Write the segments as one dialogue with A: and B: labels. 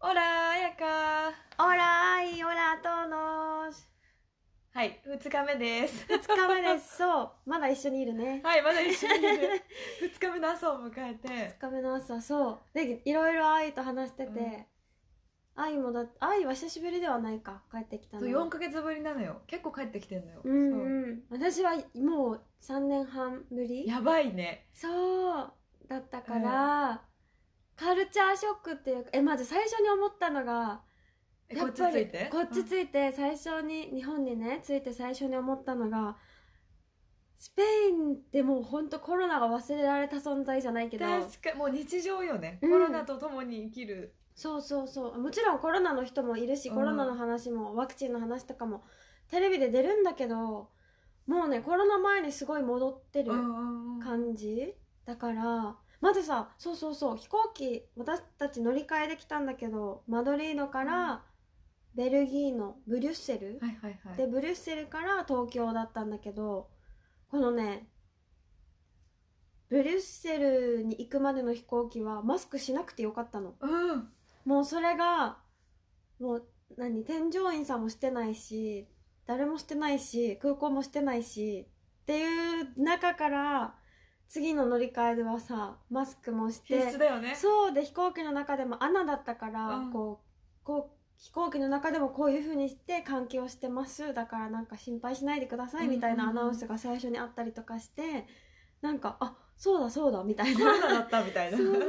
A: オラ、彩香
B: オラ、アイ、オラ、トーノス。
A: はい、2日目 です。
B: 2日目です。そう、まだ一緒にいるね。
A: はい、まだ一緒にいる。2日目 の朝を迎えて。
B: 2日目の朝、そう。で、いろいろアイと話して
A: うん
B: て、アイもだ、アイは久しぶりではないか、帰ってきたのは。
A: 4ヶ月ぶりなのよ。結構帰ってきてんのよ。
B: うんうん、私はもう3年半ぶ
A: そう
B: り
A: やばいね。
B: そうだったから、カルチャーショックっていうかえまず最初に思ったのが
A: えこっちついて
B: こっちついて最初に日本にねついて最初に思ったのがスペインってもうほんとコロナが忘れられた存在じゃないけど
A: 確かもう日常よね、
B: うん
A: コロナと共に生きる
B: そうそうそうもちろんコロナの人もいるし
A: うん
B: コロナの話もワクチンの話とかもテレビで出るんだけどもうねコロナ前にすごい戻ってる。
A: 感
B: 感じだからまずさそうそうそう飛行機私たち乗り換えできたんだけどマドリードからベルギーのブリュッセル、
A: はいはいはい
B: でブリュッセルから東京だったんだけどこのねブリュッセルに行くまでの飛行機はマスクしなくてよかったの
A: うん
B: もうそれがもう何添乗員さんもしてないし誰もしてないし空港もしてないしっていう中から次の乗り換えではさマスクもし
A: 必須
B: て
A: だよね
B: そうで飛行機の中でもアナだったから、
A: うん
B: こうこう飛行機の中でもこういう風にして換気をしてますだからなんか心配しないでくださいみたいなアナウンスが最初にあったりとかして、なんかあそうだそうだみたい
A: コ
B: な
A: ロナだったみたいな
B: そうそうそう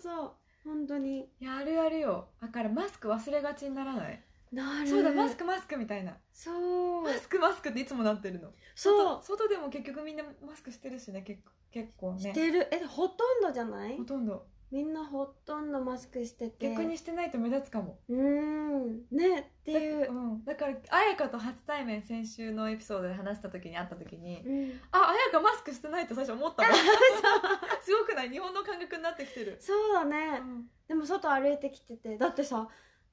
B: そう本当に
A: い やあるあるよだからマスク忘れがちにならない
B: なる
A: そうだマスクマスクみたいな
B: そう
A: マスクマスクっていつもなってるの
B: そう
A: 外外でも結局みんなマスクしてるしね結構結構ね
B: してるえほとんどじゃない
A: ほとんど
B: みんなほとんどマスクしてて
A: 逆にしてないと目立つかも
B: うーんねってい
A: だ,、
B: う、
A: ん、だから彩香と初対面先週のエピソードで話した時に会った時に
B: うん
A: あ彩香マスクしてないと最初思ったのすごくない日本の感覚になってきてる、
B: そうだ
A: う
B: ね、
A: ん
B: でも外歩いてきててだってさ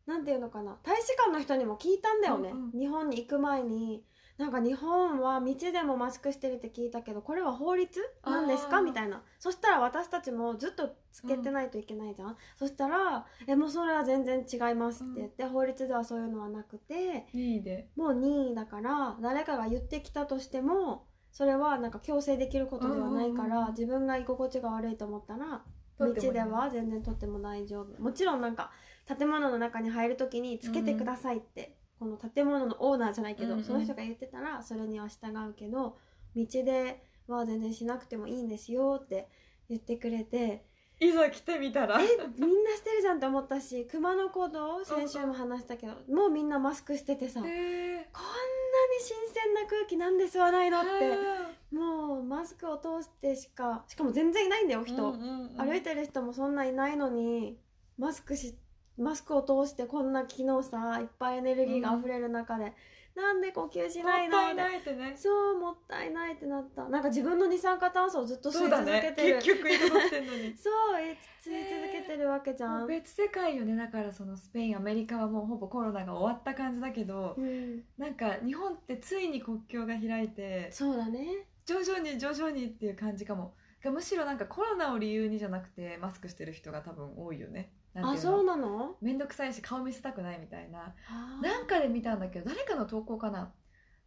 B: なんていうのかな大使館の人にも聞いたんだよね、
A: うんう
B: 日本に行く前になんか日本は道でもマスクしてるって聞いたけどこれは法律なんです
A: あ
B: か
A: ー
B: みたいなそしたら私たちもずっとつけてないといけないじゃん、そしたら「えもうそれは全然違います」って言って、法律ではそういうのはなくて
A: いいで
B: もう任意だから誰かが言ってきたとしてもそれはなんか強制できることではないか
A: うんうんう
B: ら
A: ん
B: 自分が居心地が悪いと思ったら
A: と
B: 道
A: ってもいい
B: では全然とっても大丈夫もちろんなんか建物の中に入る時に「つけてください」って、この建物のオーナーじゃないけど、
A: うんうん
B: その人が言ってたらそれには従うけど道では全然しなくてもいいんですよって言ってくれて
A: いざ来てみたら
B: えみんなしてるじゃんって思ったし熊野古道先週も話したけどもうみんなマスクしててさ。
A: へー
B: こんなに新鮮な空気なんで吸わないのっ
A: あ
B: てもうマスクを通してしかしかも全然いないんだよ
A: ー
B: 人、
A: うんうんうん
B: 歩いてる人もそんないないのにマスクしマスクを通してこんな機能さいっぱいエネルギーが溢れる中で、なんで呼吸しないの
A: もったいな
B: って
A: いってね
B: そうもったいないってなったなんか自分の二酸化炭素をずっと吸
A: そう
B: い
A: だ
B: 続け
A: ね
B: てる
A: 結局いただってんの に
B: そうえ吸い続けてるわけじゃ、
A: もうん別世界よねだからそのスペインアメリカはもうほぼコロナが終わった感じだけど
B: うん、
A: なんか日本ってついに国境が開いて
B: そうだね
A: 徐々に徐々にっていう感じかもむしろなんかコロナを理由にじゃなくてマスクしてる人が多分多いよねなん
B: あ
A: ていうの
B: そうなの
A: 面倒くさいし顔見せたくないみたいな
B: あー
A: なんかで見たんだけど誰かの投稿かな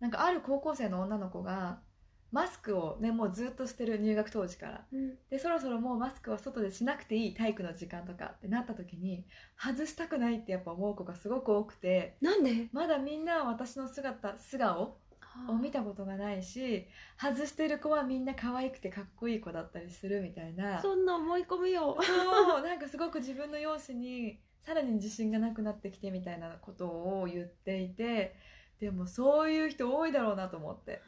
A: なんかある高校生の女の子がマスクをねもうずっとしてる入学当時から
B: うん
A: でそろそろもうマスクは外でしなくていい体育の時間とかってなった時に外したくないってやっぱ思う子がすごく多くて
B: なんで
A: まだみんなは私の姿素顔を見たことがないし外してる子はみんな可愛くてかっこいい子だったりするみたいな
B: そんな思い込みを。
A: そうなんかすごく自分の容姿にさらに自信がなくなってきてみたいなことを言っていてでもそういう人多いだろうなと思って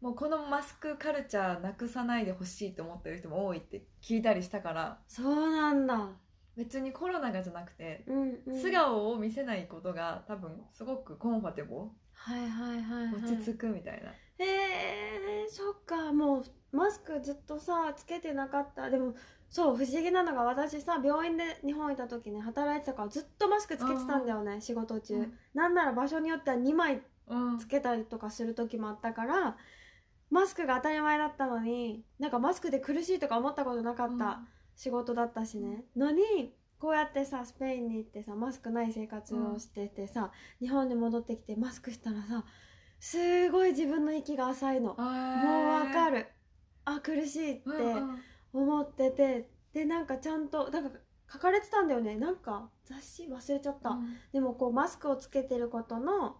A: もうこのマスクカルチャーなくさないでほしいと思ってる人も多いって聞いたりしたから
B: そうなんだ、
A: 別にコロナがじゃなくて、
B: うんうん、
A: 素顔を見せないことが多分すごくコンファテボ
B: はいはいはい、はい、
A: 落ち着くみたいな、
B: えー、そっかもうマスクずっとさつけてなかったでもそう不思議なのが私さ病院で日本いた時ね働いてたからずっとマスクつけてたんだよね仕事中、
A: うん
B: なんなら場所によっては2枚
A: うん
B: つけたりとかする時もあったからマスクが当たり前だったのになんかマスクで苦しいとか思ったことなかった、仕事だったしね、のにこうやってさスペインに行ってさマスクない生活をしててさ、日本に戻ってきてマスクしたらさすごい自分の息が浅いの、もうわか
A: る
B: るあ苦しいって
A: うんうん
B: 思ってて、でなんかちゃんとなんか書かれてたんだよねなんか雑誌忘れちゃった、
A: うん
B: でもこうマスクをつけてることの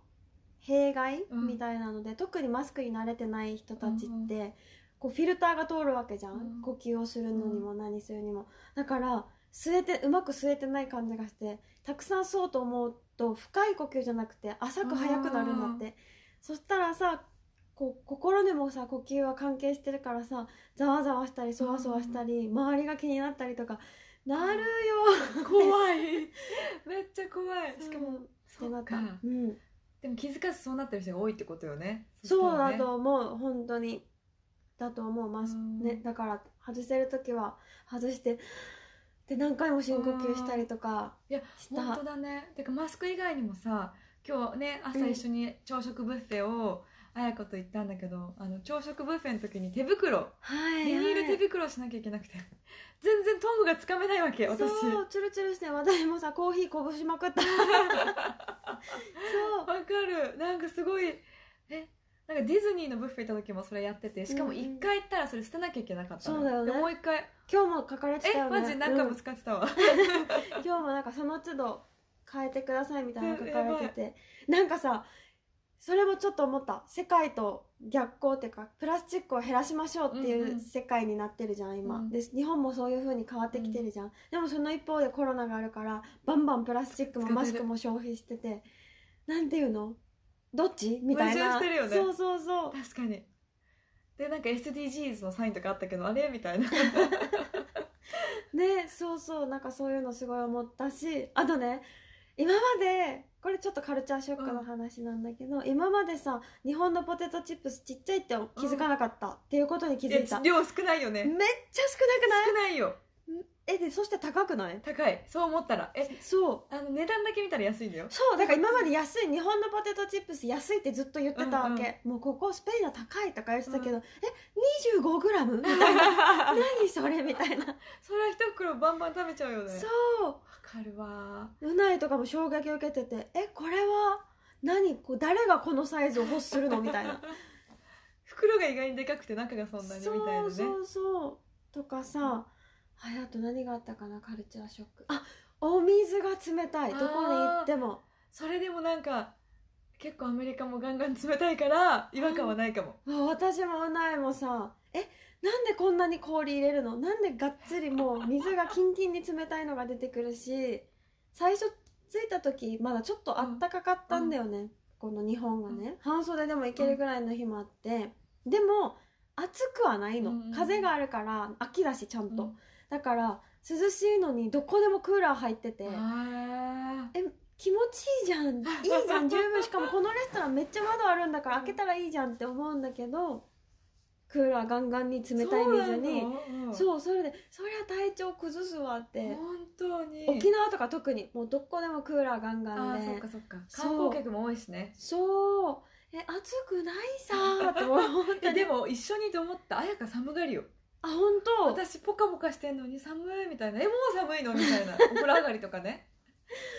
B: 弊害
A: うん
B: みたいなので、特にマスクに慣れてない人たちっ
A: う
B: て、こうフィルターが通るわけじゃん、
A: うん
B: 呼吸をするのにも何するにも、だから吸えてうまく吸えてない感じがしてたくさん吸おうと思うと深い呼吸じゃなくて浅く速くなるんだって、そしたらさこう心にもさ呼吸は関係してるからさざわざわしたりそわそわしたり、周りが気になったりとかなるよ、
A: 怖いめっちゃ怖いしか
B: う
A: も
B: んって
A: そ
B: な
A: っ
B: った
A: か、
B: うん
A: でも気づかずそうなってる人が多いってことよね
B: そうだ
A: う
B: と思う本当にだと思うます
A: うん
B: ねだから外せる時は外してで何回も深呼吸したりとか
A: いや
B: した
A: 本当だねてかマスク以外にもさ今日ね朝一緒に朝食ブッフェを綾子と行ったんだけどあの朝食ブッフェの時に手袋
B: はい
A: ビニール手
B: ビ
A: 袋をしなきゃいけなくて 全然トングがつかめないわけ私
B: そうチュルチュルして私もさコーヒーこぼし まくったそ
A: わ
B: う
A: かるなんかすごいえなんかディズニーのブッフェ行った時もそれやっててしかも
B: うんうん
A: 一回行ったらそれ捨てなきゃいけなかったの、
B: そうだよね
A: でもう一回
B: 今日も書かれてた
A: え
B: よね
A: マジ何回
B: う
A: も
B: ん
A: 使ってたわ、
B: 今日もなんかその都度変えてくださいみたいなの書かれててなんかさそれもちょっと思った世界と逆行っていうかプラスチックを減らしましょうって
A: ん
B: いううんう世界になってるじゃん今、
A: うん
B: で日本もそういう風に変わってきてるじゃん、でもその一方でコロナがあるからバンバンプラスチックも
A: 使ってる
B: マスクも消費しててなんていうのどっちみたいな
A: 矛盾してるよね
B: そうそうそう
A: 確かにでなんか SDGs のサインとかあったけどあれみたいな
B: ねそうそうなんかそういうのすごい思ったしあとね今までこれちょっとカルチャーショックの話なんだけど、今までさ日本のポテトチップスちっちゃいって気づかなかったっていうことに 気づいた、
A: いや
B: めっ
A: 量少ないよね
B: ちゃ少なくない
A: 少ないよ
B: えでそして高くない
A: 高いそう思ったらえ
B: そう
A: あの値段だけ見たら安いんだ よ
B: そうだから今まで安い日本のポテトチップス安いってずっと言ってたわけ、もうここスペインの高いとか言ってたけど、え 25g みたい な何それみたいな
A: それは一袋バンバン食べちゃうよねわ
B: そう
A: かるわ
B: うないとかも衝撃を受けててえこれは何こう誰がこのサイズを欲するのみたいな
A: 袋が意外にでかくて中がそんなにみたいな
B: そう
A: ね
B: そうそうとかさ、ああと何があったかなカルチャーショックあお水が冷たいどこに行っても
A: それでもなんか結構アメリカもガンガン冷たいから違和感はないかも、
B: わ私もうないもさえなんでこんなに氷入れるのなんでがっつりもう水がキンキンに冷たいのが出てくるし最初着いた時まだちょっとあったかかったんだよね、この日本がね、半袖でもいけるぐらいの日もあって、でも暑くはないの、
A: うんうん
B: 風があるから秋だしちゃんと、
A: うん
B: だから涼しいのにどこでもクーラー入ってて、
A: あー
B: 気持ちいいじ ゃんいいじゃん十分しかもこのレストランめっちゃ窓あるんだから開けたらいいじゃんって思うんだけどクーラーガンガンに冷たい水に
A: そうなの
B: そうそれでそりゃ体調崩すわって
A: 本当に
B: 沖縄とか特にもうどこでもクーラーガンガ
A: あ
B: ン
A: ーそっ
B: で
A: かそっか
B: そう
A: 観光客も多いしね
B: そうえ暑くないさーって思っ
A: え
B: て
A: でも一緒にと思った綾香寒がりよ
B: あ本当
A: 私ポカポカしてんのに寒いみたいなえもう寒いのみたいなお風呂上がりとかね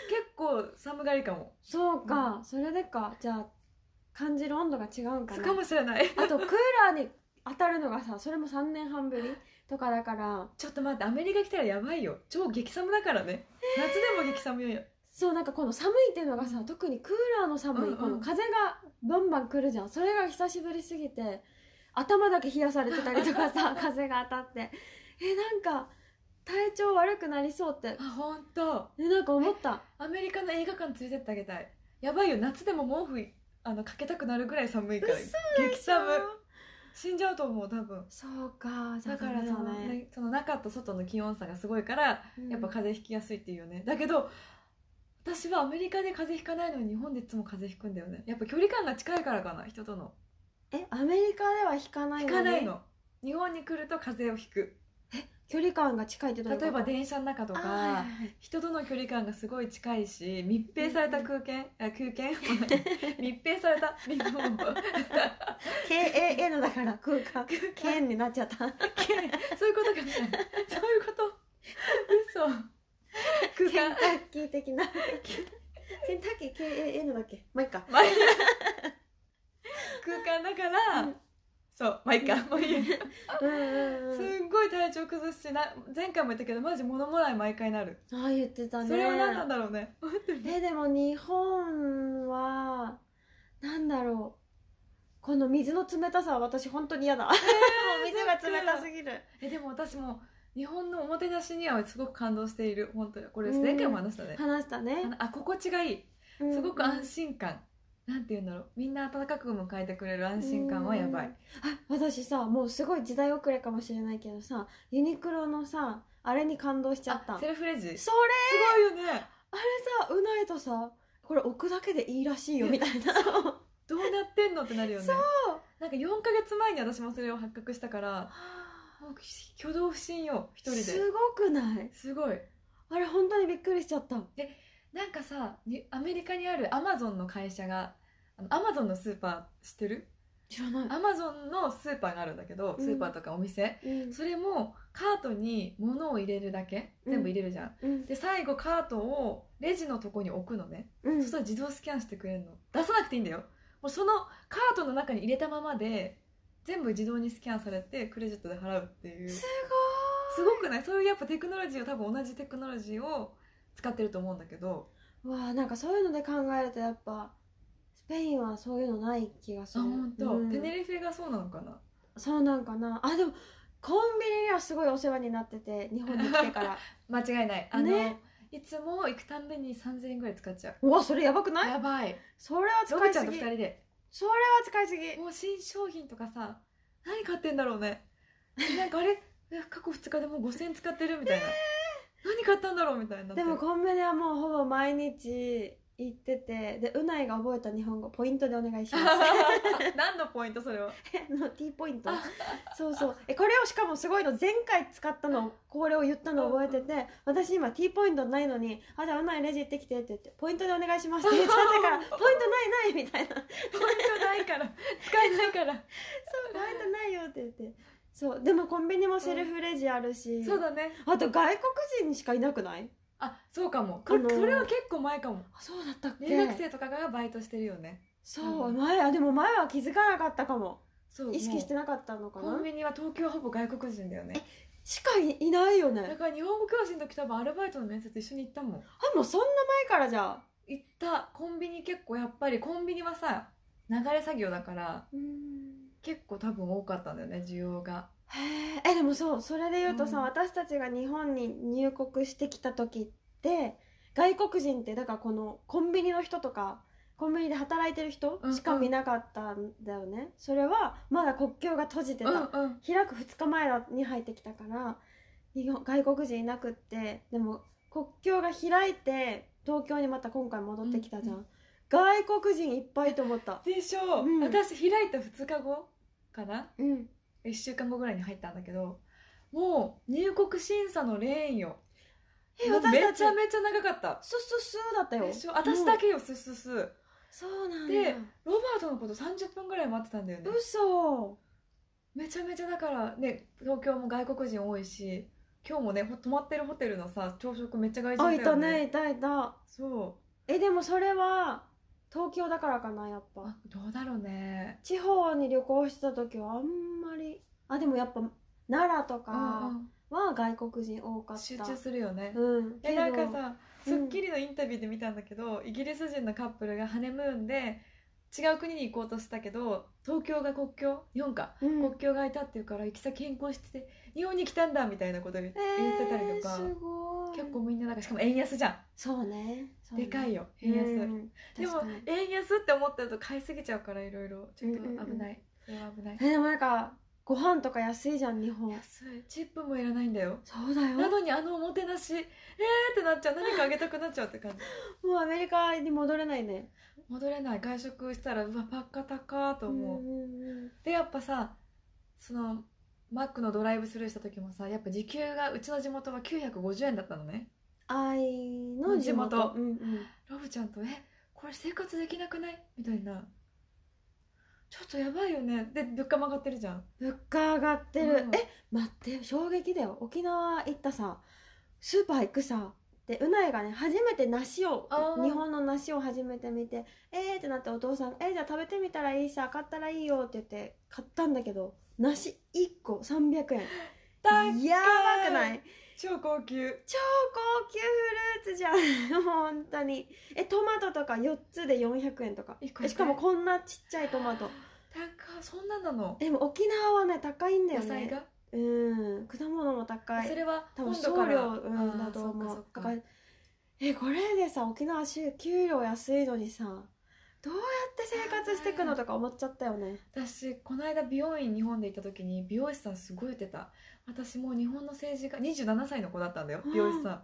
A: 結構寒がりかも
B: そうかそれでかじゃあ感じる温度が違うんかな
A: かもしれない
B: あとクーラーに当たるのがさそれも3年半ぶりとかだから
A: ちょっと待ってアメリカ来たらやばいよ超激寒だからね夏でも激寒よ
B: そうなんかこの寒いっていうのがさ特にクーラーの寒い、
A: うんうん
B: この風がバンバン来るじゃんそれが久しぶりすぎて頭だけ冷やされてたりとか さ風が当たってえなんか体調悪くなりそうって
A: あ本当。
B: えなんか思った
A: アメリカの映画館連れてってあげたいやばいよ夏でも毛布あのかけたくなるぐらい寒いから
B: 嘘
A: 激寒
B: そう
A: 死んじゃうと思う多分
B: そうか
A: だからその,、ね、その中と外の気温差がすごいからやっぱ風邪ひきやすいっていうよね、だけど私はアメリカで風邪ひかないのに日本でいつも風邪ひくんだよねやっぱ距離感が近いからかな人との
B: えアメリカでは引かない
A: ひ
B: の
A: かない
B: に
A: の日本に来ると風邪をひく
B: 距離感が近いってどういうこと
A: 例えば電車の中と
B: あーは
A: か
B: いはいはい
A: 人との距離感がすごい近いし密閉された空間、あ空間 密閉された密閉
B: KAN だから空間 KN になっちゃった
A: そういうことかなそういうこと嘘
B: ケ
A: 空
B: ン
A: 間
B: タッキー的なケンタッキー KAN だっけまあいいか
A: まあいいや空間だから、
B: うん
A: そうまあいいかもういいや
B: うんうん
A: す
B: うん
A: んごい体調崩すしな前回も言ったけどマジ物もらい毎回なる、
B: ああ言ってたね
A: それは何なんだろう ね
B: えでも日本はなんだろうこの水の冷たさは私本当に嫌だ、水が冷 たすぎる
A: えでも私も日本のおもてなしにはすごく感動している本当にこれ
B: うん
A: 前回も話したね、
B: 話したね
A: あのあ心地がいい
B: うん
A: すごく安心感、なんて言うんだろうみんな温かく迎えてくれる安心感はやばい、
B: うんあ私さもうすごい時代遅れかもしれないけどさユニクロのさあれに感動しちゃった
A: あセルフレジす
B: それ
A: ごいよね
B: あれさうないとさこれ置くだけでいいらしいよみたいな
A: どうなってんのってなるよね
B: そう
A: なんか4か月前に私もそれを発覚したからもう挙動不審よ一人です
B: ごくない
A: すごい
B: あれ本当にびっくりしちゃった
A: なんかさにアメリカにあるアマゾンの会社がアマゾンのスーパー知ってる
B: 知らない
A: アマゾンのスーパーがあるんだけど
B: うん
A: スーパーとかお店、
B: うん
A: それもカートに物を入れるだけ
B: うん
A: 全部入れるじゃん、
B: うん
A: で最後カートをレジのとこに置くのね、
B: うん
A: そしたら自動スキャンしてくれるの出さなくていいんだよもうそのカートの中に入れたままで全部自動にスキャンされてクレジットで払うっていう
B: す
A: すごくないそういうやっぱテクノロジーを多分同じテクノロジーを使ってると思うんだけど
B: ごいわあなんかそういうので考えるとやっぱスペインはそういうのない気がす
A: あ
B: る
A: 本当、
B: うん
A: テネリフェがそうなのかな
B: そうなんかなあでもコンビニにはすごいお世話になってて日本に来てから
A: 間違いないあの、
B: ね
A: いつも行くたんびに3000円ぐらい使っちゃ う
B: うわそれやばくない
A: やばい
B: それは
A: ロブち
B: 使
A: ゃ
B: い
A: ん
B: す
A: と2
B: ぎ
A: 人で
B: それは使いすぎ
A: もう新商品とかさ何買ってんだろうねなんかあれ え過去2日でもう5000円使ってるみたいな、何買ったんだろうみたいになって
B: でもコンビニはもうほぼ毎日行っててでうないが覚えた日本語ポイントでお願いします
A: 何のポイントそれは
B: あ の T ポイントそうそうえこれをしかもすごいの前回使ったのこれを言ったの覚えてて私今 T ポイントないのに「あじゃあうないレジ行ってきて」って言って「ポイントでお願いします」って 言っちゃったから「ポイントないない」みたいな「
A: ポイントない から使えないから
B: そうポイントないよ」って言ってそうでもコンビニもセルフレジあるし、
A: そうだね
B: あと外国人しかいなくない
A: あそうかもこれ,、
B: あのー
A: それは結構前かも
B: あそうだったっ
A: 留学生とかがバイトしてるよね
B: そう前あでも前は気づかなかったかも
A: そう
B: 意識して
A: も
B: なかったの
A: う
B: か
A: コ
B: な
A: ンビニは東京はほぼ外国人だよね
B: しかいいないよ
A: だ
B: ね
A: から日本語教師の時多分アルバイトの面接一緒に行ったもん
B: あもうそんな前からじゃあ
A: 行ったコンビニ結構やっぱりコンビニはさ流れ作業だから
B: うん
A: 結構多分多かったんだよね需要が
B: へええでもそうそれで言うとさ、
A: うん
B: 私たちが日本に入国してきた時って外国人ってだからこのコンビニの人とかコンビニで働いてる人
A: うん
B: しか見なかったんだよね、それはまだ国境が閉じてた、
A: うん
B: 開く2日前に入ってきたから日本外国人いなくってでも国境が開いて東京にまた今回戻ってきたじゃん、
A: うん
B: 外国人いっぱいと思った
A: でしょ、
B: うん
A: 私開いた2日後かな
B: うん
A: 1週間後ぐらいに入ったんだけどもう入国審査のレーンよ
B: え
A: もう
B: 私たち
A: めちゃめちゃ長かった
B: スッスッスーだったよ
A: でしょ私だ
B: け
A: けよスススロ
B: そうなんだ
A: でバートのこと30分ぐらい待ってたんだよね
B: 嘘
A: めちゃめちゃだからね東京も外国人多いし今日もねほ泊まってるホテルのさ朝食めっちゃ外人
B: あ
A: だよ
B: い
A: ね
B: たねいたいた
A: そ
B: えでもそれは東京だからかなやっ
A: う
B: ぱ
A: あどうだろうね
B: 地方に旅行してた時はあんまりあでもやっぱ奈良と
A: う
B: か
A: ん
B: は外国人多か
A: うん
B: った
A: 集中するよね、
B: うん
A: え
B: けど
A: なんかさ『ス
B: うん
A: ッキリ』のインタビューで見たんだけど、イギリス人のカップルがハネムーンで違う国に行こうとしたけど東京が国境日本か、
B: うん
A: 国境が開いたっていうから行き先変更してて日本に来たんだみたいなこと言ってたりとか、
B: えーすごい
A: 結構みんななんかしかも円安じゃん、
B: そうねそうね
A: でかいよ
B: うん
A: 円安、でも
B: 確かに
A: 円安って思ってると買いすぎちゃうからいろいろちょっと危ない、それは危ない
B: えでもなんかご飯とか安いじゃん日本
A: 安いチップもいらないんだよ
B: そうだよ
A: なのにあのおもてなしえーってなっちゃう何かあげたくなっちゃうって感じ
B: もうアメリカに戻れないね
A: 戻れない外食したらうわパッカタカーと思う、
B: んんうん
A: でやっぱさそのマックのドライブスルーした時もさやっぱ時給がうちの地元は950円だったのね
B: 愛の地元
A: 地元
B: うんうん
A: ロブちゃんと「えこれ生活できなくない?」みたいなちょっとやばいよねで物価も上がってるじゃん
B: 物価上がってる、
A: うん
B: え待って衝撃だよ沖縄行ったさスーパー行くさでうないがね初めて梨を
A: あー
B: 日本の梨を初めて見てえーってなってお父さんが「えー、じゃあ食べてみたらいいさ買ったらいいよ」って言って買ったんだけど梨1個300円
A: 高い
B: やばくない
A: 超高級
B: 超高級フルーツじゃん 本当にえトマトとか4つで400円とか
A: 一個
B: えしかも
A: 高
B: こんなちっちゃいトマト
A: 高いそんなんなの
B: えでも沖縄はね高いんだよ
A: 野菜
B: ね
A: が、
B: うん果物も高い
A: それは
B: 多分
A: 本
B: 送
A: 土から
B: 料、うん、だと思う
A: あーそっかそ
B: だか
A: っ
B: ら
A: か
B: えこれでさ沖縄州給料安いのにさどうやって生活していくのとか思っちゃったよね
A: 私この間美容院日本で行った時に美容師さんすごい言ってた私もう日本の政治家27歳の子だったんだよ
B: うん
A: 美容師さ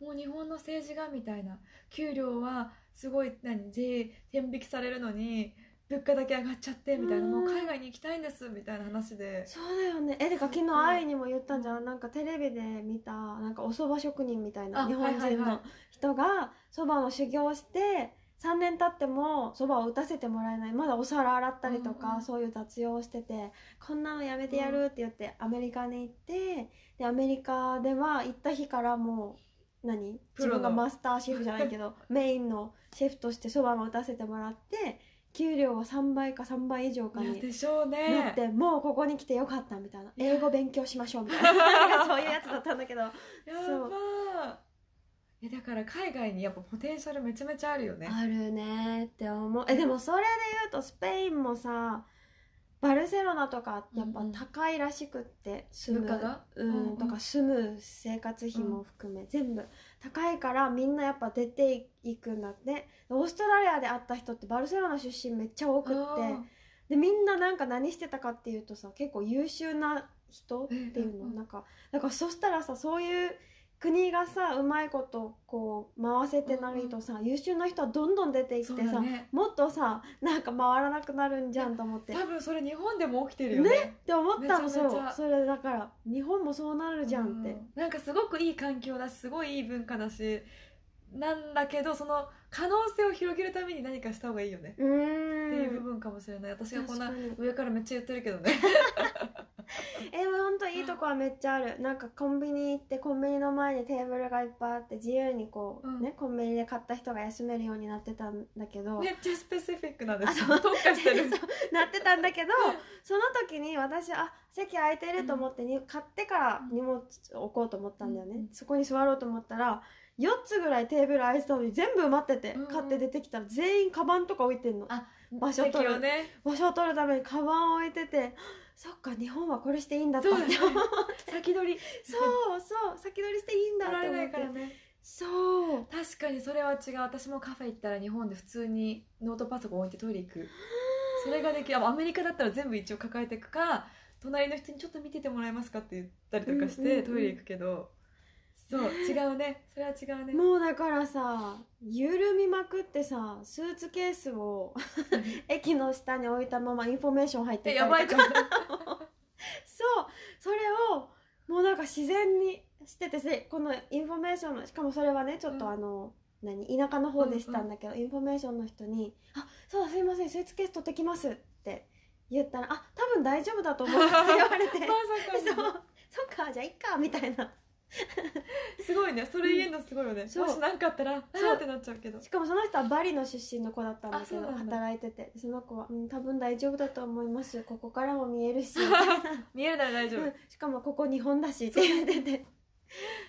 A: んもう日本の政治家みたいな給料はすごい何税天引きされるのに物価だけ上がっちゃってみたいな
B: うん
A: もう海外に行きたいんですみたいな話で
B: そうだよねえでか
A: すご
B: 昨
A: い
B: 日愛にも言ったんじゃんなんかテレビで見たなんかお蕎麦職人みたいな
A: あ
B: 日本
A: はいはい
B: 人
A: はい
B: の人が蕎麦の修行して3年経っても蕎麦を打たせてもらえないまだお皿洗ったりと
A: うんう
B: か
A: ん
B: そういう雑用をしててこんなのやめてやるって言ってアメリカに行ってでアメリカでは行った日からもう何
A: プ
B: 自
A: ロの
B: 分がマスターシェフじゃない けどメインのシェフとして蕎麦も打たせてもらって給料は3倍か3倍以上か
A: いや
B: に
A: でしょう
B: な
A: ね
B: ってもうここに来てよかったみたいな英語勉強しましょうみ たい
A: や
B: なそういうやつだったんだけどあ
A: やばいやだから海外にやっぱポテンシャルめちゃめちゃあるよね
B: るねって思うえでもそれで言うとスペインもさバルセロナとかってやっぱ
A: うんうん
B: 高いらしくって住む
A: 物価が
B: うん、
A: うんうん
B: とか住む生活費も含め、全部高いからみんなやっぱ出ていくんだってオーストラリアで会った人ってバルセロナ出身めっちゃ多くって
A: うん
B: でみんななんか何してたかっていうとさ結構優秀な人っていうの、
A: うんうん
B: なんかだからそしたらさそういう国がさうまいことこう回せてなるとさ、優秀な人はどんどん出ていって
A: そう
B: さ、
A: だね
B: もっとさなんか回らなくなるんじゃんと思ってっ
A: 多分それ日本でも起きてるよね
B: て思ったの
A: めちゃ
B: そ
A: め
B: う
A: ちゃ
B: それだから日本もそうなるじゃんって、
A: うなんかすごくいい環境だしすごいいい文化だしなんだけどその可能性を広げるために何かした方がいいよね、
B: うーん
A: っていう部分かもしれない私がこんな
B: 確かに
A: 上からめっちゃ言ってるけどね
B: えでもほんといいとこはめっちゃあるなんかコンビニ行ってコンビニの前にテーブルがいっぱいあって自由にこう、
A: うん
B: ねコンビニで買った人が休めるようになってたんだ けど、
A: めっちゃスペシフィックなんです
B: あ
A: 特化して
B: そ
A: る
B: うなってた んだけどその時に私あ席空いてると思ってに、買ってから荷物置こうと思ったんだよね、
A: うん
B: そこに座ろうと思ったら4つぐらいテーブル空いてたのに全部埋まってて、
A: うんうん
B: 買って出てきたら全員カバンとか置いてんの
A: あ
B: 場所取
A: 素敵
B: る
A: よね
B: 場所を取るためにカバンを置いててそっか日本はこれしていいんだった
A: そうだ
B: って
A: ね
B: 思って
A: 先取り
B: そうそう先取りしていいんだ
A: 取
B: と
A: られな
B: 思っ
A: い
B: て
A: からね
B: そう
A: 確かにそれは違う私もカフェ行ったら日本で普通にノートパソコン置いてトイレ行くそれができあアメリカだったら全部一応抱えていくか隣の人にちょっと見ててもらえますかって言ったりとかして、
B: うんうんうん
A: トイレ行くけどそう違うねそれは違うね
B: もうだからさ緩みまくってさスーツケースを 駅の下に置いたままインフォメーション入って
A: え
B: たり
A: や
B: とか
A: ばいじゃん
B: そうそれをもうなんか自然にしててせこのインフォメーションのしかもそれはねちょっ
A: う
B: と
A: ん
B: あの、何田舎の方でしたんだけど、インフォメーションの人に「あそうだすいませんスーツケース取ってきます」って言ったら「あ多分大丈夫だと思う」って言わ れて
A: ま
B: そ
A: さかの
B: うそっかじゃあいっかみたいな
A: すごいねそれ言えるのすごいよね、
B: そう
A: もし何かあったらあ
B: そう
A: ーってなっちゃうけど
B: しかもその人はバリの出身の子だったんだ
A: あ
B: け
A: そう
B: ど
A: なんだ
B: 働いててその子は、うん「多分大丈夫だと思いますここからも見えるし」
A: 見えるな ら大丈夫
B: うん しかもここ日本だし」って言ってて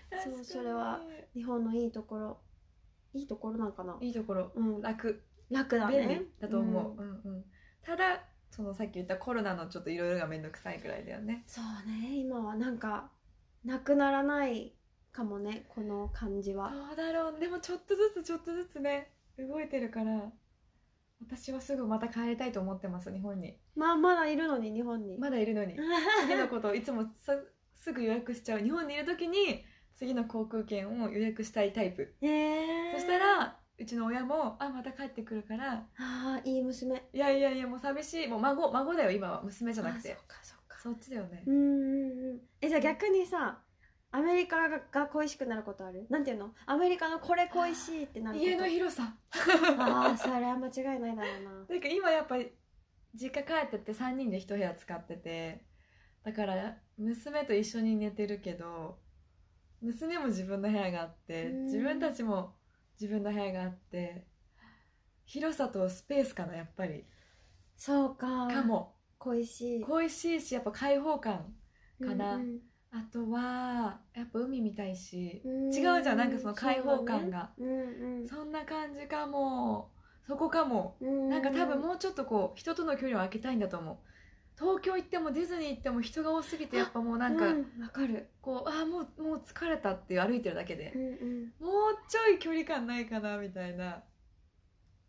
A: 確かに
B: それは日本のいいところいいところなんかない
A: いところ
B: うん、
A: 楽
B: 楽だ
A: 便
B: ね
A: 利だと思う、うんうん、ただそのさっき言ったコロナのちょっといろいろが面倒くさいくらいだよね
B: そうね今はなんかなくならないかもねこの感じ
A: ど
B: は
A: うだろうでもちょっとずつちょっとずつね動いてるから私はすぐまた帰りたいと思ってます日本に
B: まあまだいるのに日本に、
A: まだいるのに次のことをいつもさすぐ予約しちゃう日本にいる時に次の航空券を予約したいタイプ
B: へえ
A: そしたらうちの親も「あまた帰ってくるから
B: あーいい娘
A: いやいやいやもう寂しいもう孫孫だよ今は娘じゃなく
B: あ
A: て
B: そうかそうか
A: そっちだよね
B: うんうんうんえじゃあ逆にさアメリカが恋しくなることあるなんていうのアメリカのこれ恋しいってなること
A: 家の広さ
B: ああそれは間違いないだろうな
A: なんか今やっぱり実家帰ってって3人で一部屋使っててだから娘と一緒に寝てるけど娘も自分の部屋があって
B: うん
A: 自分たちも自分の部屋があって広さとスペースかなやっぱり
B: そうか
A: かも
B: 恋しい
A: 恋しいしやっぱ開放感かな
B: うん
A: あとはやっぱ海見たいし
B: うん
A: 違うじゃんなんかその開放感が
B: そうだねうんうん
A: そんな感じかもそこかも
B: うん
A: なんか多分もうちょっとこう人との距離を空けたいんだと思う東京行ってもディズニー行っても人が多すぎてやっぱもうなんか
B: うわかる
A: こう、ああもうもう疲れたっていう歩いてるだけで
B: う、んうん
A: もうちょい距離感ないかなみたいな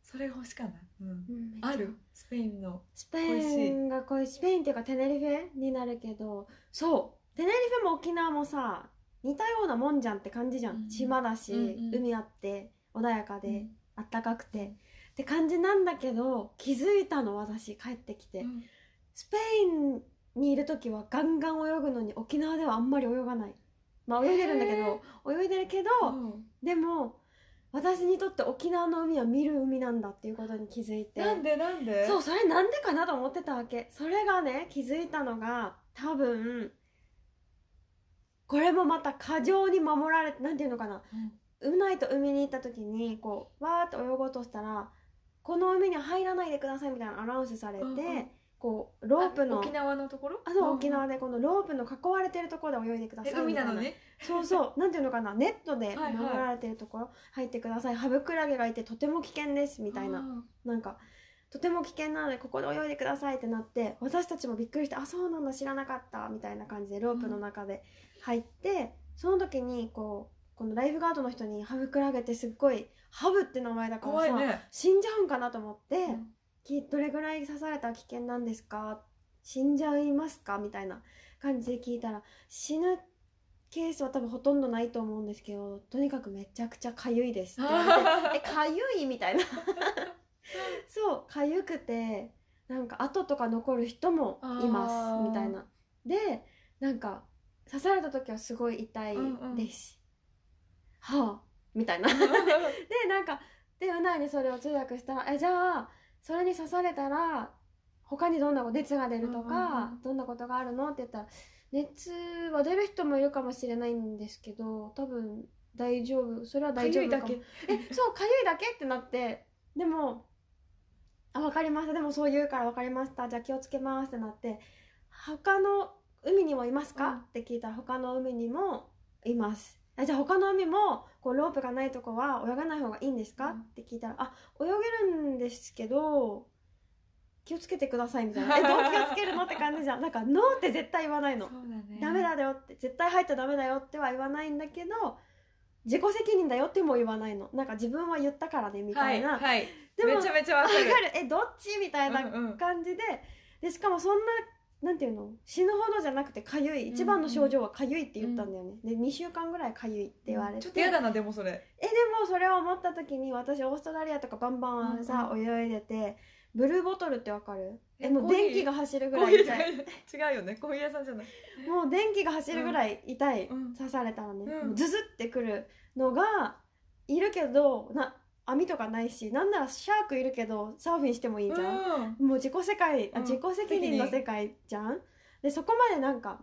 A: それが欲しかな、うん、
B: うんめっちゃ
A: あるスペインの
B: スペインが恋しいスペインっていうかテネリフェになるけどそうテネリフェも沖縄もさ似たようなもんじゃんって感じじゃん、
A: うん
B: 島だし、
A: うんうん
B: 海あって穏やかで、
A: うん
B: あったかくてって感じなんだけど気づいたの私帰ってきて、
A: うん
B: スペインにいる時はガンガン泳ぐのに沖縄ではあんまり泳がないまあ泳いでるんだけど、泳いでるけど、
A: うん
B: でも私にとって沖縄の海は見る海なんだっていうことに気づいて
A: なんでなんで
B: そうそれなんでかなと思ってたわけそれがね気づいたのが多分これもまた過剰に守られてなんていうのかなうないと海に行った時にこうわーって泳ごうとしたらこの海には入らないでくださいみたいなアナウンスされて、
A: うんうん
B: こうロープ
A: あ
B: の
A: 沖縄のところ
B: あそう沖
A: うん
B: 縄でこのロープの囲われてるところで泳いでくださ
A: え
B: い
A: 海
B: みた
A: ない
B: な
A: のね
B: そうそうなんていうのかなネットで
A: はいはい
B: 守られてるところ、入ってくださいハブクラゲがいてとても危険ですみたいななんかとても危険なのでここで泳いでくださいってなって私たちもびっくりしてあそうなんだ知らなかったみたいな感じでロープの中で入って、その時にこうこのライフガードの人に「ハブクラゲってすっごいハブって名前だ
A: あー
B: から
A: 怖い
B: さ、
A: ね
B: 死んじゃうんかなと思って、
A: うん
B: きどれぐらい刺されたら危険なんですか死んじゃいますかみたいな感じで聞いたら死ぬケースは多分ほとんどないと思うんですけどとにかくめちゃくちゃかゆいですって言われて えかゆいみたいなそうかゆくてなんか跡とか残る人も
A: あ
B: い
A: ー
B: ますみたいなでなんか刺された時はすごい痛いです、はあ みたいなでなんかでうないにそれを通訳したらえじゃあそれに刺されたら他にどんな熱が出る
A: うん
B: と
A: うん
B: か
A: うん
B: どんなことがあるのって言ったら熱は出る人もいるかもしれないんですけど多分大丈夫それは
A: か
B: 大丈
A: ゆい
B: 夫
A: だ
B: かも
A: け
B: えそうかゆいだけってなってでもあ分かりましたでもそう言うから分かりましたじゃあ気をつけますってなって他の海にもいますか、
A: うん
B: って聞いたら他の海にもいますあじゃあ他の海もこうロープがないとこは泳がない方がいいんですか、
A: うん
B: って聞いたらあ泳げるんですけど気をつけてくださいみた いなえどう気をつけるのって感じじゃんなんかノーって絶対言わない
A: そ
B: の
A: うだね
B: ダメだよって絶対入っちゃダメだよっては言わないんだけど自己責任だよっても言わないのなんか自分は言ったからねみたいな、
A: はいはい
B: でも
A: めちゃめちゃわ
B: わ
A: か
B: か
A: る
B: るえどっちみたいな
A: うんうん
B: 感じで,、でしかもそんななんていうの死ぬほどじゃなくてかゆい一番の症状はかゆいって言ったんだよね、で2週間ぐらいかゆいって言われて、
A: ちょっと嫌だなでもそれ
B: えでもそれを思った時に私オーストラリアとかバンバンさ、
A: う
B: 泳いでてブルーボトルってわかるえ
A: え
B: もう
A: コーヒー
B: 電気が走るぐ
A: コ
B: ら
A: ー
B: い
A: ヒ
B: 痛い
A: ーが違うよねコーヒー屋さんじゃ ない
B: もう電気が走るぐらい痛い、
A: うん
B: 刺されたらね、
A: うん
B: ズズってくるのがいるけどな網とかないしなんならシャークいるけどサーフィンしてもいいじゃん、
A: うん
B: もう自己世界、
A: う
B: あ
A: ん
B: 自己責任の世界じゃんでそこまでなんか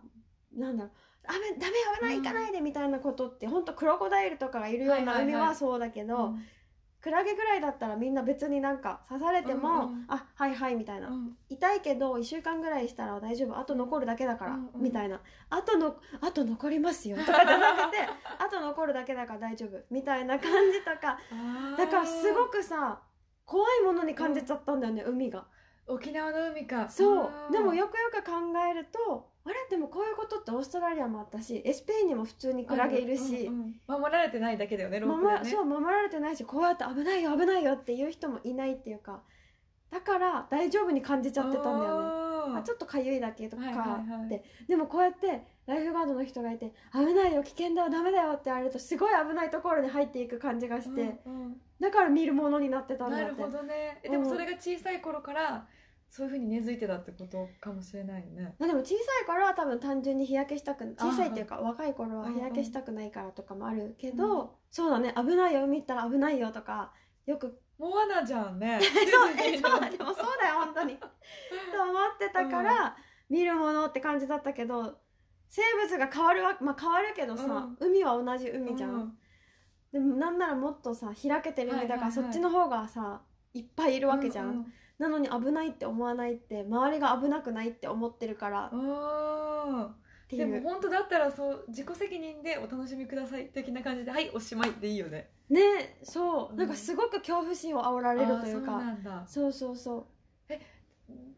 B: なんだろうダメダメ危ない
A: うん
B: 行かないでみたいなことって本当クロコダイルとかがいるよう
A: はい
B: な
A: はいはい
B: 海はそうだけど、クラゲぐらいだったらみんな別になんか刺されても、
A: うんうん
B: あはいはいみたいな、
A: うん
B: 痛いけど1週間ぐらいしたら大丈夫あと残るだけだから、
A: うんうん
B: みたいなあとのあと残ります よとかじゃなくてあと残るだけだから大丈夫みたいな感じと かだからすごくさ怖いものに感じちゃったんだよね、海が
A: 沖縄の海か
B: そう
A: あー
B: でもよくよく考えるとあれでもこういうことってオーストラリアもあったしエスペインにも普通にクラゲいるし、
A: うんうん守られてないだけだよねロープ
B: 守
A: でね
B: そう守られてないしこうやって危ないよ危ないよっていう人もいないっていうかだから大丈夫に感じちゃってたんだよね
A: よ
B: あち
A: ょっ
B: ょっとかゆいだけとかって、
A: はいはいはい
B: でもこうやってライフガードの人がいて危ないよ危険だよダメだよって言われるとすごい危ないところに入っていく感じがして、だから見るものになってたんだ
A: な
B: っ
A: る
B: て
A: ほどねえでもそれが小さい頃からそういうふうに根付いてたってことかもしれないよね
B: まあでも小さい頃は多分単純に日焼けしたく
A: あー
B: 小さいっていうか若い頃は
A: うんうん
B: 日焼けしたくないからとかもあるけ
A: う
B: ど、
A: ん
B: そうだね危ないよ海行ったら危ないよとか よく
A: モアナじゃんね
B: そうえそ うでもそうだよ本当にと思ってたから、見るものって感じだったけど生物が変わるわまあ変わるけどさ、海は同じ海じゃん、
A: うん
B: でもなんならもっとさ開けてる海
A: は
B: だから、
A: いはいはい
B: そっちの方がさいっぱいいるわけじゃん、
A: う
B: なのに危ないって思わないって周りが危なくないって思ってるからっ
A: うんうんうん
B: てい
A: でも
B: う
A: 本当だったらそう自己責任でお楽しみください的な感じではいおしまいでいいよね
B: ねそう、
A: うん
B: なんかすごく恐怖心を煽られるという
A: あーそう
B: か
A: なんだ
B: そうそうそう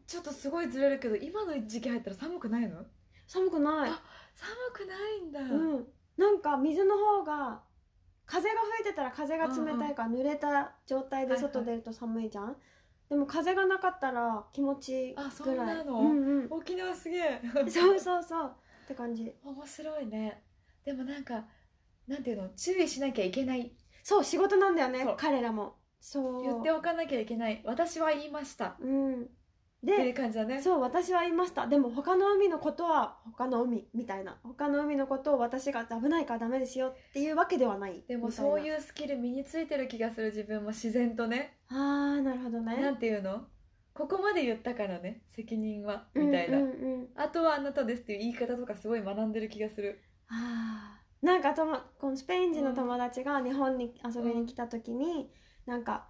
A: ちょっとすごいずれるけど今の時期入ったら寒くないの
B: 寒くない
A: あ寒くないんだ、
B: うんなんか水の方が風が吹いてたら風が冷たいから濡れた状態で外出ると寒いじゃん、でも風がなかったら気持ちいい
A: あそ
B: ぐ
A: う
B: らい
A: なの
B: うん うん
A: 沖縄すげえ
B: そうそうそうって感じ
A: 面白いねでもなんかなんていうの注意しなきゃいけない
B: そう仕事なんだよね
A: そう
B: 彼らもそう
A: 言っておかなきゃいけない私は言いましたっ
B: うん
A: てい
B: で
A: う感じだね
B: そう私は言いましたでも他の海のことは他の海みたいな他の海のことを私が危ないからダメですよっていうわけではない
A: でもそう
B: う
A: いうスキル身についてる気がする自分も自然とね
B: あーなるほどね
A: なんていうのここまで言ったからね責任はみたいな、
B: うんうんうん
A: あとはあなたですっていう言い方とかすごい学んでる気がする
B: あーなんかともこのスペイン人の友達が日本に遊びに来た時に、なんか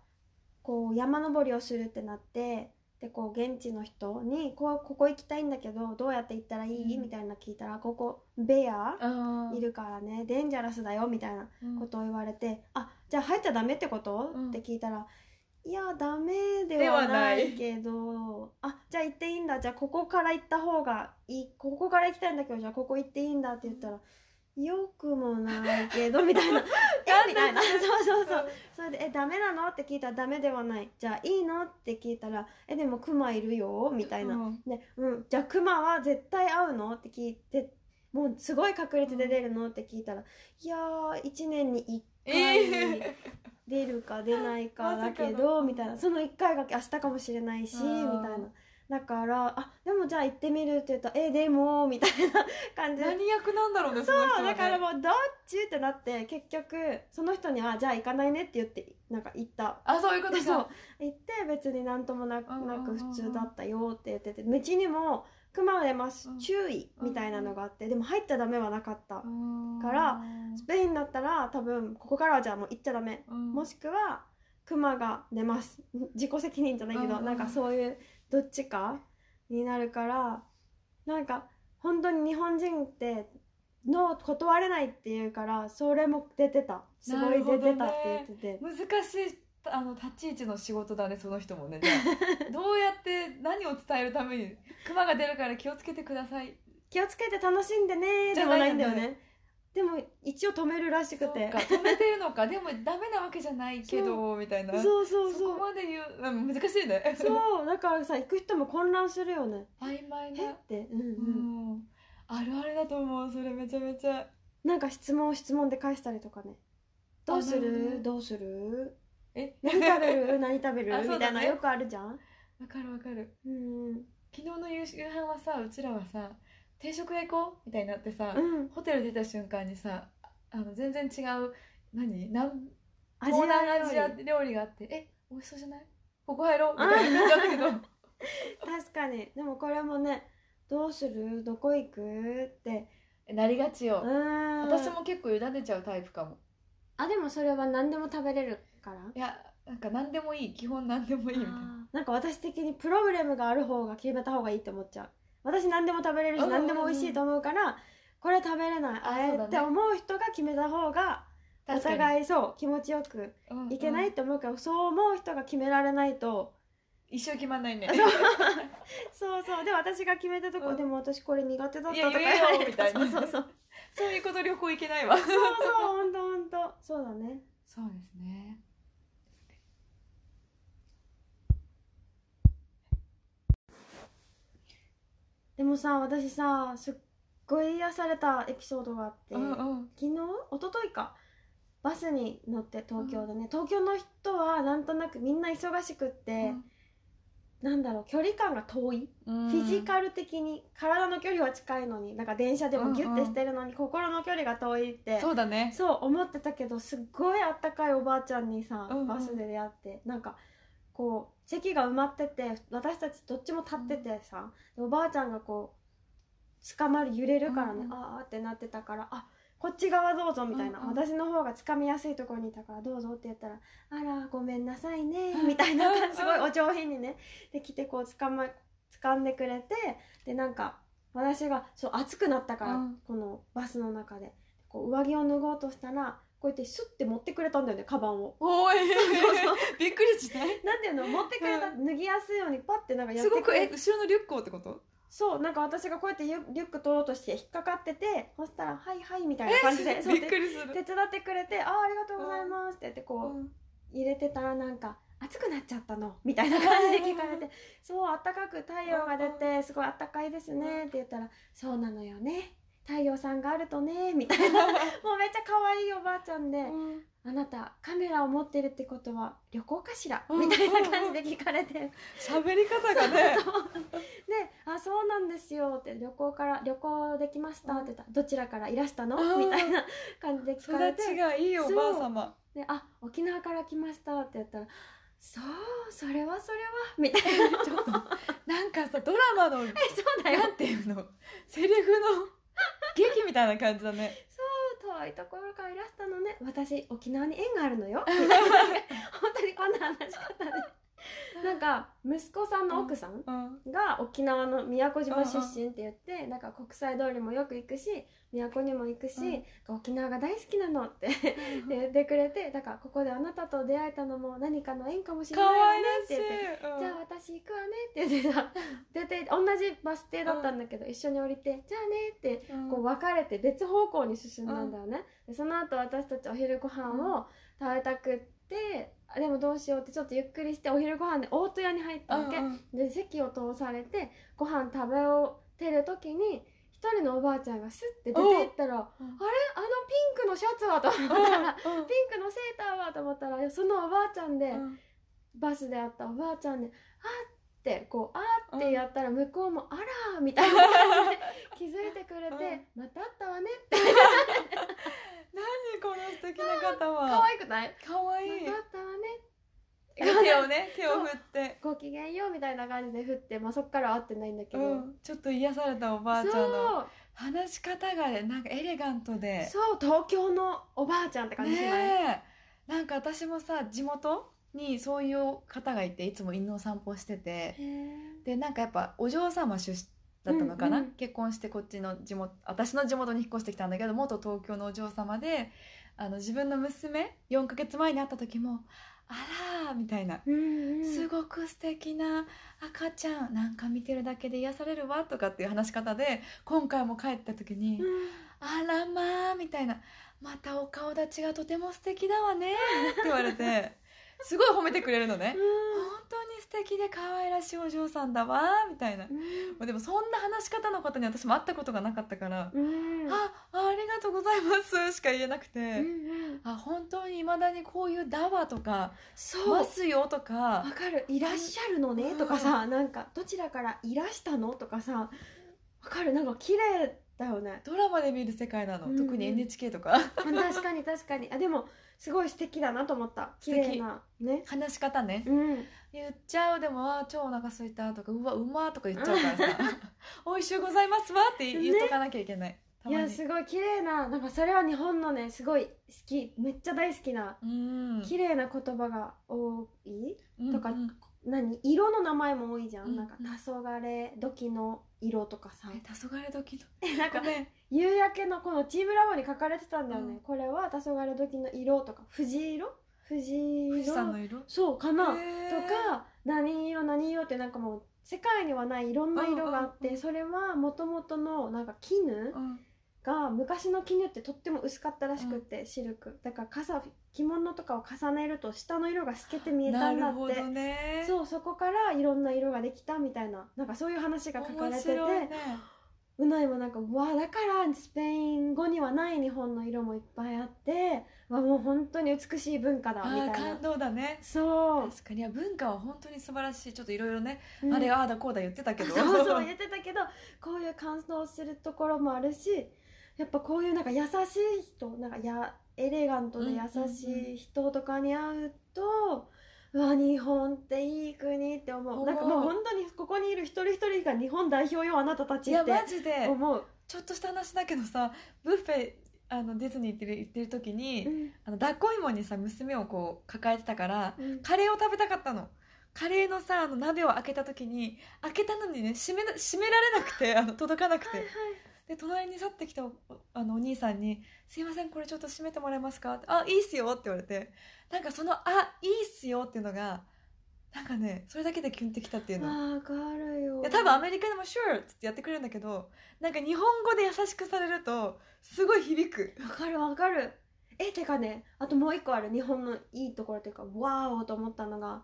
B: こう山登りをするってなってでこう現地の人にこう「ここ行きたいんだけどどうやって行ったらいい
A: うん
B: みたいな聞いたら「ここベア
A: あ
B: いるからねデンジャラスだよ」みたいな
A: うん
B: ことを言われて「あじゃあ入っちゃダメってこと?」
A: うん
B: って聞いたら「いやダメで
A: で
B: は
A: はな
B: ないいけどあじゃあ行っていいんだじゃあここから行った方がいいここから行きたいんだけどじゃあここ行っていいんだ」って言ったら「よくもない けど」みたいな「えみたいな そうそうそうそれで「えダメなの?」って聞いたら「ダメではない」「じゃあいいの?」って聞いたら「えでもクマいるよ」みたいな
A: うん
B: で、うん、じゃあクマは絶対会うのって聞いてもうすごい確率で出るのって聞いたら、いやー1年に1
A: え
B: 回出るか出ないか
A: まさ
B: だ
A: かの
B: けど、みたいなその1回が明日かもしれないし
A: あ
B: みたい
A: ー
B: なだからあでもじゃあ行ってみるって言うとえでもみたいな 感じで
A: 何役なんだろうねその人は
B: そう
A: ね
B: だからもうどっちってなって結局その人にはじゃあ行かないねって言ってなんか行った
A: あそういうこと
B: で
A: か
B: そう行って別になんともなく
A: うんうんうん
B: な
A: うん
B: く普通だったよって言ってて道にも「熊が出ます
A: うん
B: 注意」みたいなのがあってでも入っちゃダメはなかった
A: うん
B: からスペインだったら多分ここからはじゃあもう行っちゃダメ
A: うん
B: もしくは「熊が出ます」自己責任じゃないけ
A: うんう
B: ど
A: ん
B: なんかそういうどっちかになるからなんか本当に日本人っての断れないっていうからそれも出てたすごい出てたって言ってて。
A: 難しいあの立ち位置の仕事だねその人もねじゃ あどうやって何を伝えるためにクマが出るから気をつけてください
B: 気をつけて楽しんでね
A: じ
B: で
A: ゃ
B: も
A: ない
B: ないんだよ
A: よ
B: ねでも一応止めるらしく
A: そう
B: て
A: か止めてるのかでもダメなわけじゃないけどみたいな
B: そうそう
A: そ
B: そ
A: こ
B: う
A: まで言ううん難しいね
B: そうだからさ行く人も混乱するよね
A: 曖昧
B: えっ
A: な、
B: て、うんう、
A: うんん、あるあるだと思うそれめちゃめちゃ
B: なんか質問を質問で返したりとかねどうす
A: なるほ
B: る
A: ど
B: どうする
A: え
B: 何食べ る何食べる
A: あそうだね
B: みたいなよくあるじゃん
A: わかるわかる
B: うんうん
A: 昨日の夕夕飯はさうちらはさ定食屋行こうみたいになってさ、
B: うん
A: ホテル出た瞬間にさあの全然違う何南
B: ア
A: 東南アジ
B: ジア
A: ア
B: 料理
A: 料理があってえ美味しそうじゃないここ入ろうみたいな感じだったけど
B: 確かにでもこれもねどうするどこ行くって
A: えなりがちよ
B: う、ん
A: 私も結構委ねちゃうタイプかも
B: あでもそれは何でも食べれるから
A: いやなんか何でもいい基本何でもいいみたいな
B: あーなんか私的にプログラムがある方が決めた方がいいと思っちゃう私何でも食べれる
A: うん
B: し
A: うんうん
B: 何でも美味しいと思うからこれ食べれない
A: あ
B: あえ
A: そうだね
B: って思う人が決めた方が
A: 確
B: お
A: かに
B: 互いそう気持ちよく
A: うんうん
B: いけないと思うけどそう思う人が決められな いと
A: 一生決まんないね
B: そうそうで私が決めたとこ
A: うん
B: でも私これ苦手だった
A: い
B: と
A: や
B: か
A: 言
B: 言
A: え
B: わ
A: よ
B: れる
A: みたいな
B: そうそうそう
A: そういうこと旅行行けないわ
B: そうそうほんとほんとそうだね
A: そうですね
B: でもさ私さすっごい癒されたエピソードがあって、
A: うんうん
B: 昨日一昨日かバスに乗って東京でね、東京の人はなんとなくみんな忙しくって、なんだろう距離感が遠い、
A: うん
B: フィジカル的に体の距離は近いのになんか電車でもギュッてしてるのに、心の距離が遠いって
A: そうだね
B: そう思ってたけどすっごいあったかいおばあちゃんにさ、
A: うんうん
B: バスで出会ってなんかこう席が埋まってて私たちどっちも立っててさ、でおばあちゃんがこう捕まる揺れるからね、
A: うんうん
B: あーってなってたからあこっち側どうぞみたいな、
A: うんうん
B: 私の方がつかみやすいところにいたからどうぞって言ったら「あらごめんなさいね」みたいな感じすごいお上品にねで来てこうつかま掴んでくれてでなんか私がそう暑くなったから、
A: うん
B: このバスの中でこう上着を脱ごうとしたらこうやってスッて持ってくれたんだよねカバ ンを。
A: おい
B: そうそう
A: びっくりしない
B: なんていうの持ってくれた、
A: う
B: 脱ぎやすいようにパッてなんかやっ
A: す
B: て
A: ご
B: く
A: くえ
B: れ
A: 後ろのリュックをってこと
B: そうなんか私がこうやってリュリュック取ろうとして引っかかっててそしたら「はいはい」みたいな感じでそう
A: びっ
B: で
A: くりする
B: 手伝ってくれて「ああありがとうございます」って言ってこう、
A: うん
B: 入れてたらなんか「暑くなっちゃったの」みたいな感じで聞か れ
A: うんうん
B: て「そうあったかく太陽が出てすごいあったかいですね」って言ったら「そうなのよね太陽さんがあるとね」みた いなもうめっちゃ可愛いおばあちゃんで「あなたカメラを持ってるってことは旅行かしら?」
A: うん
B: みたいな感じで聞かれて
A: 喋り方がね
B: で「あそうなんですよ」って「旅行から旅行できました」って言ったら「どちらからいらしたの?
A: う」ん
B: みたいな感じで聞かれて
A: 育ちがいいおばあ様
B: で「あ沖縄から来ました」って言ったら「そうそれはそれは」みたいな
A: ちょっとなんかさドラマの
B: そうだよ
A: なんていうのセリフの劇みたいな感じだね
B: 遠いところからいらしたのね私沖縄に縁があるのよみたいな本当にこんな話し方でなんか息子さんの奥さん
A: うん
B: が沖縄の宮古島出身って言って、なんか国際通りもよく行くし宮古にも行くし、沖縄が大好きなのって言ってくれてだからここであなたと出会えたのも何かの縁かもしれ
A: 可
B: ないわ
A: 愛
B: ね
A: ら
B: っ
A: して
B: 言って
A: いうん
B: じゃあ私行くわねって言ってさ出て同じバス停だったんだけど、一緒に降りてじゃあねって
A: うん
B: こう別れて別方向に進んだんだよね、でその後私たちお昼ご飯を食べたくって、あでもどうしようってちょっとゆっくりしてお昼ご飯で大戸屋に入ったわけ、
A: うんうん
B: で席を通されてご飯食べをてる時に一人のおばあちゃんがスッて出て行ったら「あれあ
A: うん
B: のピンクのシャツは?」と思ったら「ピンクのセーターは?」と思ったらそのおばあちゃんで。
A: うんうん
B: バスで会ったおばあちゃんで「あっ」てこう「あっ」てやったら向こうも「あら」みたいな 感じで気づいてくれて「また会ったわね」って
A: 何この素敵な方
B: 可
A: は
B: 愛くない
A: 可愛い
B: また会ったわね
A: 手を ね手を振って
B: ごきげんようみたいな感じで振って、まあ、そっからは会ってないんだけ
A: う
B: ど、
A: んちょっと癒されたおばあちゃんの
B: そう
A: 話し方がねなんかエレガントで
B: そう東京のおばあちゃんって感じしない、
A: ねえなんか私もさ地元にそういう方がいていつも犬の散歩をしてて
B: へー
A: でなんかやっぱお嬢様出身だったのかな、
B: うんうん
A: 結婚してこっちの地元私の地元に引っ越してきたんだけど元東京のお嬢様であの自分の娘4ヶ月前に会った時も「あら」みたいな
B: うんうん、
A: すごく素敵な赤ちゃんなんか見てるだけで癒されるわとかっていう話し方で今回も帰った時に
B: うん
A: 「あらまあ」みたいな「またお顔立ちがとても素敵だわね」って言われてすごい褒めてくれるのね「
B: う
A: 本当に素敵で可愛らしいお嬢さんだわ」みたいなん
B: うん
A: まあでもそんな話し方の方に私も会ったことがなかったから「
B: うん
A: ああありがとうございます」しか言えなくて。
B: うんうん
A: あ本当にいまだにこういう「だわ」とか「
B: そ
A: ま
B: う
A: すよ」とか
B: わかる「いらっしゃるのね」とかさなんか「どちらからいらしたの?」とかさわかるなんか綺麗だよね
A: ドラマで見る世界なの、
B: うんうん
A: 特に NHK とか
B: まあ確かに確かにあでもすごい素敵だなと思った
A: 素
B: 綺
A: 敵
B: 麗なね
A: 話し方ね
B: うん
A: 言っちゃうでも「あー超お腹空いた」とか「うわうま」とか言っちゃうからさ「 おいしゅうございますわ」って言っとかなきゃいけない、た
B: い
A: ま
B: や
A: に
B: すごい綺麗ななんかそれは日本のねすごい好きめっちゃ大好きな
A: うん
B: 綺麗な言葉が多いとか
A: うんうん
B: 何色の名前も多いじゃん、
A: うん
B: なんか「黄昏時の色」とかさ
A: え黄昏時の
B: え なんか
A: ごめん
B: 夕焼けのこのチームラボに書かれてたんだよね、
A: うん
B: これは黄昏時の色とか藤色藤色
A: 富士山の色
B: そうかな、
A: へー
B: とか何色何色ってなんかもう世界にはないいろんな色があって、
A: うんうんうん
B: それはもともとのなんか絹
A: うん
B: が昔の絹ってとっても薄かったらしくて、シルクだから傘着物とかを重ねると下の色が透けて見えた
A: なん
B: だ
A: る
B: っ
A: ほ
B: て
A: どね
B: そうそこからいろんな色ができたみたいななんかそういう話が書かれてて、
A: 面白いね
B: うないもなんかわあだからスペイン語にはない日本の色もいっぱいあってわあもう本当に美しい文化だ
A: あ
B: み
A: ー
B: たいな
A: 感動だね
B: そう、
A: 確かにいや文化は本当に素晴らしいちょっといろいろね、
B: うん
A: あれああだこうだ言ってたけど
B: そうそう言ってたけどこういう感動するところもあるしやっぱこういうなんか優しい人なんかやエレガントで優しい人とかに会うと、うわ日本っていい国って思
A: 思
B: う
A: う
B: なんかもう本当にここにいる一人一人が日本代表よあなたた
A: い
B: ちっ
A: や
B: て
A: マジで
B: 思う、
A: ちょっとした話だけどさブッフェあのディズニー行ってる行ってる時に、
B: うん
A: あの抱っこ芋にさ娘をこう抱えてたから
B: うん
A: カレーを食べたかったのカレーのさあの鍋を開けた時に開けたのにね閉めな閉められなくてあの届かなくてで隣に去ってきたおあのお兄さんに「すいませんこれちょっと閉めてもらえますか?」って「あいいっすよ」って言われてなんかその「あいいっすよ」っていうのがなんかねそれだけでキュンってきたっていうの
B: わかるよ
A: いや多分アメリカでも「Sure」っつってやってくれるんだけどなんか日本語で優しくされるとすごい響く
B: わかるわかるえてかねあともう一個ある日本のいいところというかわーおと思ったのが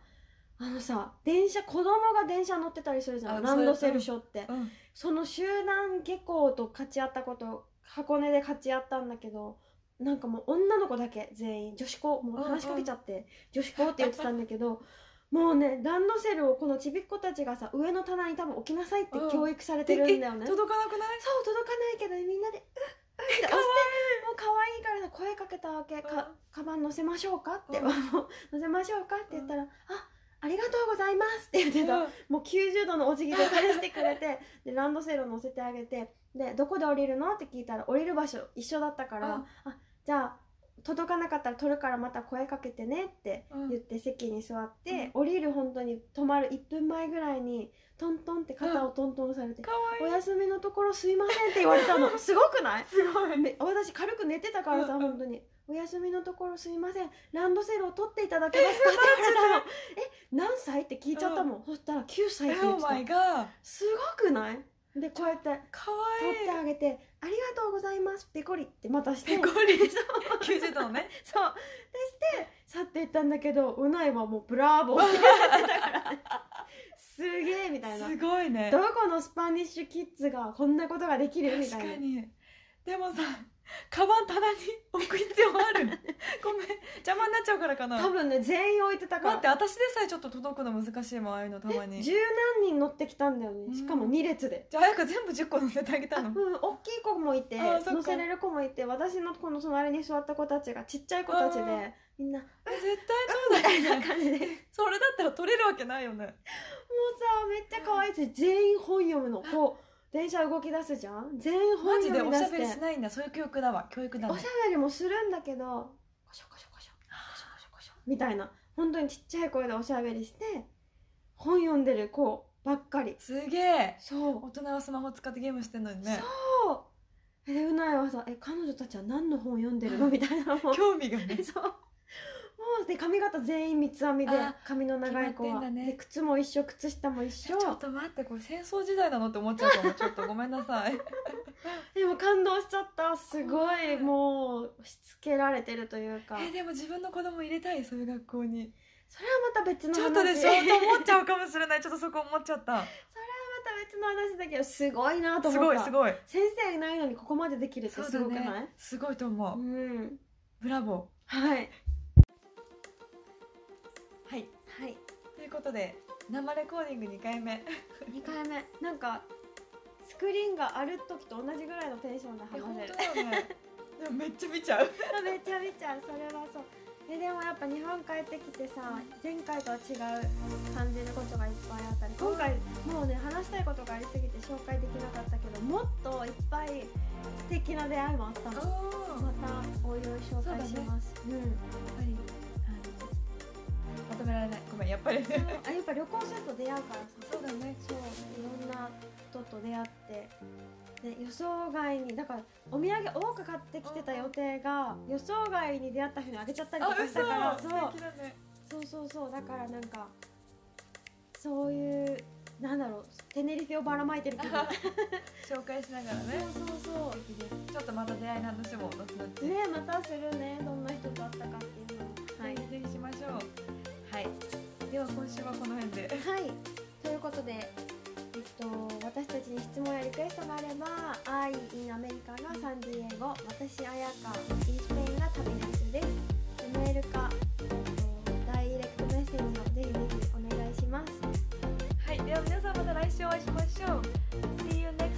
B: あのさ電車子供が電車乗ってたりするじゃ
A: あ
B: ん
A: そ
B: ラ
A: れ
B: ンドセルショーって
A: うん
B: その集団下校と勝ち合ったこと箱根で勝ち合ったんだけどなんかもう女の子だけ全員女子校もう話しかけちゃって、女子校って言ってたんだけど もうねランドセルをこのちびっ子たちがさ上の棚に多分置きなさいって教育されてるんだよね、
A: え届かなくない
B: そう届かないけどみんなで「うっうっ」って押して
A: かわ
B: もう可愛いからさ声かけたわけ「かカバン乗せましょうか?」って「
A: うん
B: もう乗せましょうか?」って言ったら「あありがとうございます」って言ってた、
A: うん
B: もう90度のお辞儀で返してくれ てでランドセルを乗せてあげてで「どこで降りるの?」って聞いたら降りる場所一緒だったから「
A: うん
B: あじゃあ届かなかったら取るからまた声かけてね」って
A: うん
B: 言って席に座って、降りる本当に止まる1分前ぐらいにトントンって肩をトントンされて
A: かわい
B: お
A: い
B: 休みのところすいませんって言われ たのすごくない
A: すごい
B: め私軽く寝てたからさ
A: うんうん
B: 本当にお休みのところすいませんランドセルを取っていただけますかって言われたの え何歳って聞いちゃったもん、そしたら9歳って言っ
A: Oh
B: てた
A: my god
B: すごくないでこうやって
A: か
B: 取って
A: わ
B: あげて「ありがとうございますペコリ」ってまたし
A: い
B: て
A: いペコリ90度のね
B: そうでして去っていったんだけどうないはもう「ブ ラボー」って言ってたから、すげえみたいな
A: すごいね
B: どこのスパニッシュキッズがこんなことができるみ
A: 確
B: た
A: か
B: いな。
A: にでもさカバン棚に置く必要ある ごめん邪魔になっちゃうからかな
B: 多分ね全員置いてたから
A: 待って私でさえちょっと届くの難しいもんああいうのたまに
B: 十
A: じ
B: 何人乗ってきたんだよ
A: う
B: ね
A: ん
B: しかも2列で、
A: ゃあ早く全部10個乗せてあげた
B: あう
A: の
B: ん、大きい子もいて
A: あそっか
B: 乗せれる子もいて私のこの隣に座った子たちがちっちゃい子たち
A: あ
B: で
A: ー
B: みんな
A: え絶対
B: みた
A: そう
B: い
A: だよ
B: な
A: ね
B: 感じでもう
A: それだったら取れるわけないよね
B: さめっちゃ可愛いし全員本読むのこう電車動き出すじゃん全員
A: マ
B: 本
A: ジで
B: 読み
A: お
B: 出
A: しゃ
B: し
A: べ
B: て
A: りしないんだそういう教育だわ教育だ
B: お
A: ね
B: しゃべりもするんだけどコショコショコショみたいな本当にちっちゃい声でおしゃべりして本読んでる子ばっかり
A: すげえ
B: そう
A: 大人はスマホ使ってゲームしてんのにね
B: そうえうないはさ「え彼女たちは何の本読んでるの?」みたいなもう
A: 興味がね
B: えそうもうで髪型全員三つ編みで
A: あ
B: 髪の長い子
A: 決ま
B: は、
A: ってんだね
B: で靴も一緒靴下も一
A: ち
B: 緒
A: ょっと待ってこれ戦争時代なのって思っちゃうかもちょっとごめんなさい
B: でも感動しちゃったすご
A: 怖
B: い
A: い
B: もう押し付けられてるというか
A: えでも自分の子供入れたいそういう学校に
B: それはまた別の話
A: ちょっとでしょ
B: それ
A: と
B: はま
A: 思っちゃうかもしれないちょっとそこ思っちゃ った
B: た別の話だけどすごいなと
A: す
B: 思
A: ご
B: っ
A: い
B: た
A: すごい
B: 先生いないのにここまでできるってすごくない
A: すごいと思う、
B: うん
A: ブラボ
B: はい
A: ーはい
B: はい
A: ということで生レコーディング2回目
B: 2回目なんかスクリーンがある時と同じぐらいのテンションで
A: え
B: 話せる
A: だよねでもめっちゃ見 ちゃう
B: めちゃめちゃそれはそうえでもやっぱ日本帰ってきてさ前回とは違う感じることがいっぱいあったり今回もうね話したいことがありすぎて紹介できなかったけどもっといっぱい素敵な出会いもあったのまたおいおい紹介しますう,、
A: やっぱりあのまとめられないごめんやっぱり
B: ん
A: ね
B: あやっぱ旅行すると出会うからさ
A: そうだね
B: そういろんな人と出会ってで予想外にだからお土産多く買ってきてた予定が予想外に出会った人にあげちゃったり
A: あ
B: とか
A: 嘘
B: したから
A: 素
B: そう
A: 敵だね
B: そうそうそうだからなんかそういうなんだろうテネリフェをばらまいてるけどそう
A: 紹介しながらね
B: そうそう
A: ちょっととまた出会いの話も後々、
B: ねまたするねどんな人と会ったかっていうのは
A: ぜ
B: い、
A: ひぜひしましょうはいでは今週はこの辺で
B: はい、ということでえっと私たちに質問やリクエストがあれば「I in アメリカがサンディエゴ私あやか in スペインが旅立つ」ですメールか、えっと、ダイレクトメッセージをぜひぜひお願いします
A: はいでは皆さんまた来週お会いしましょう See you next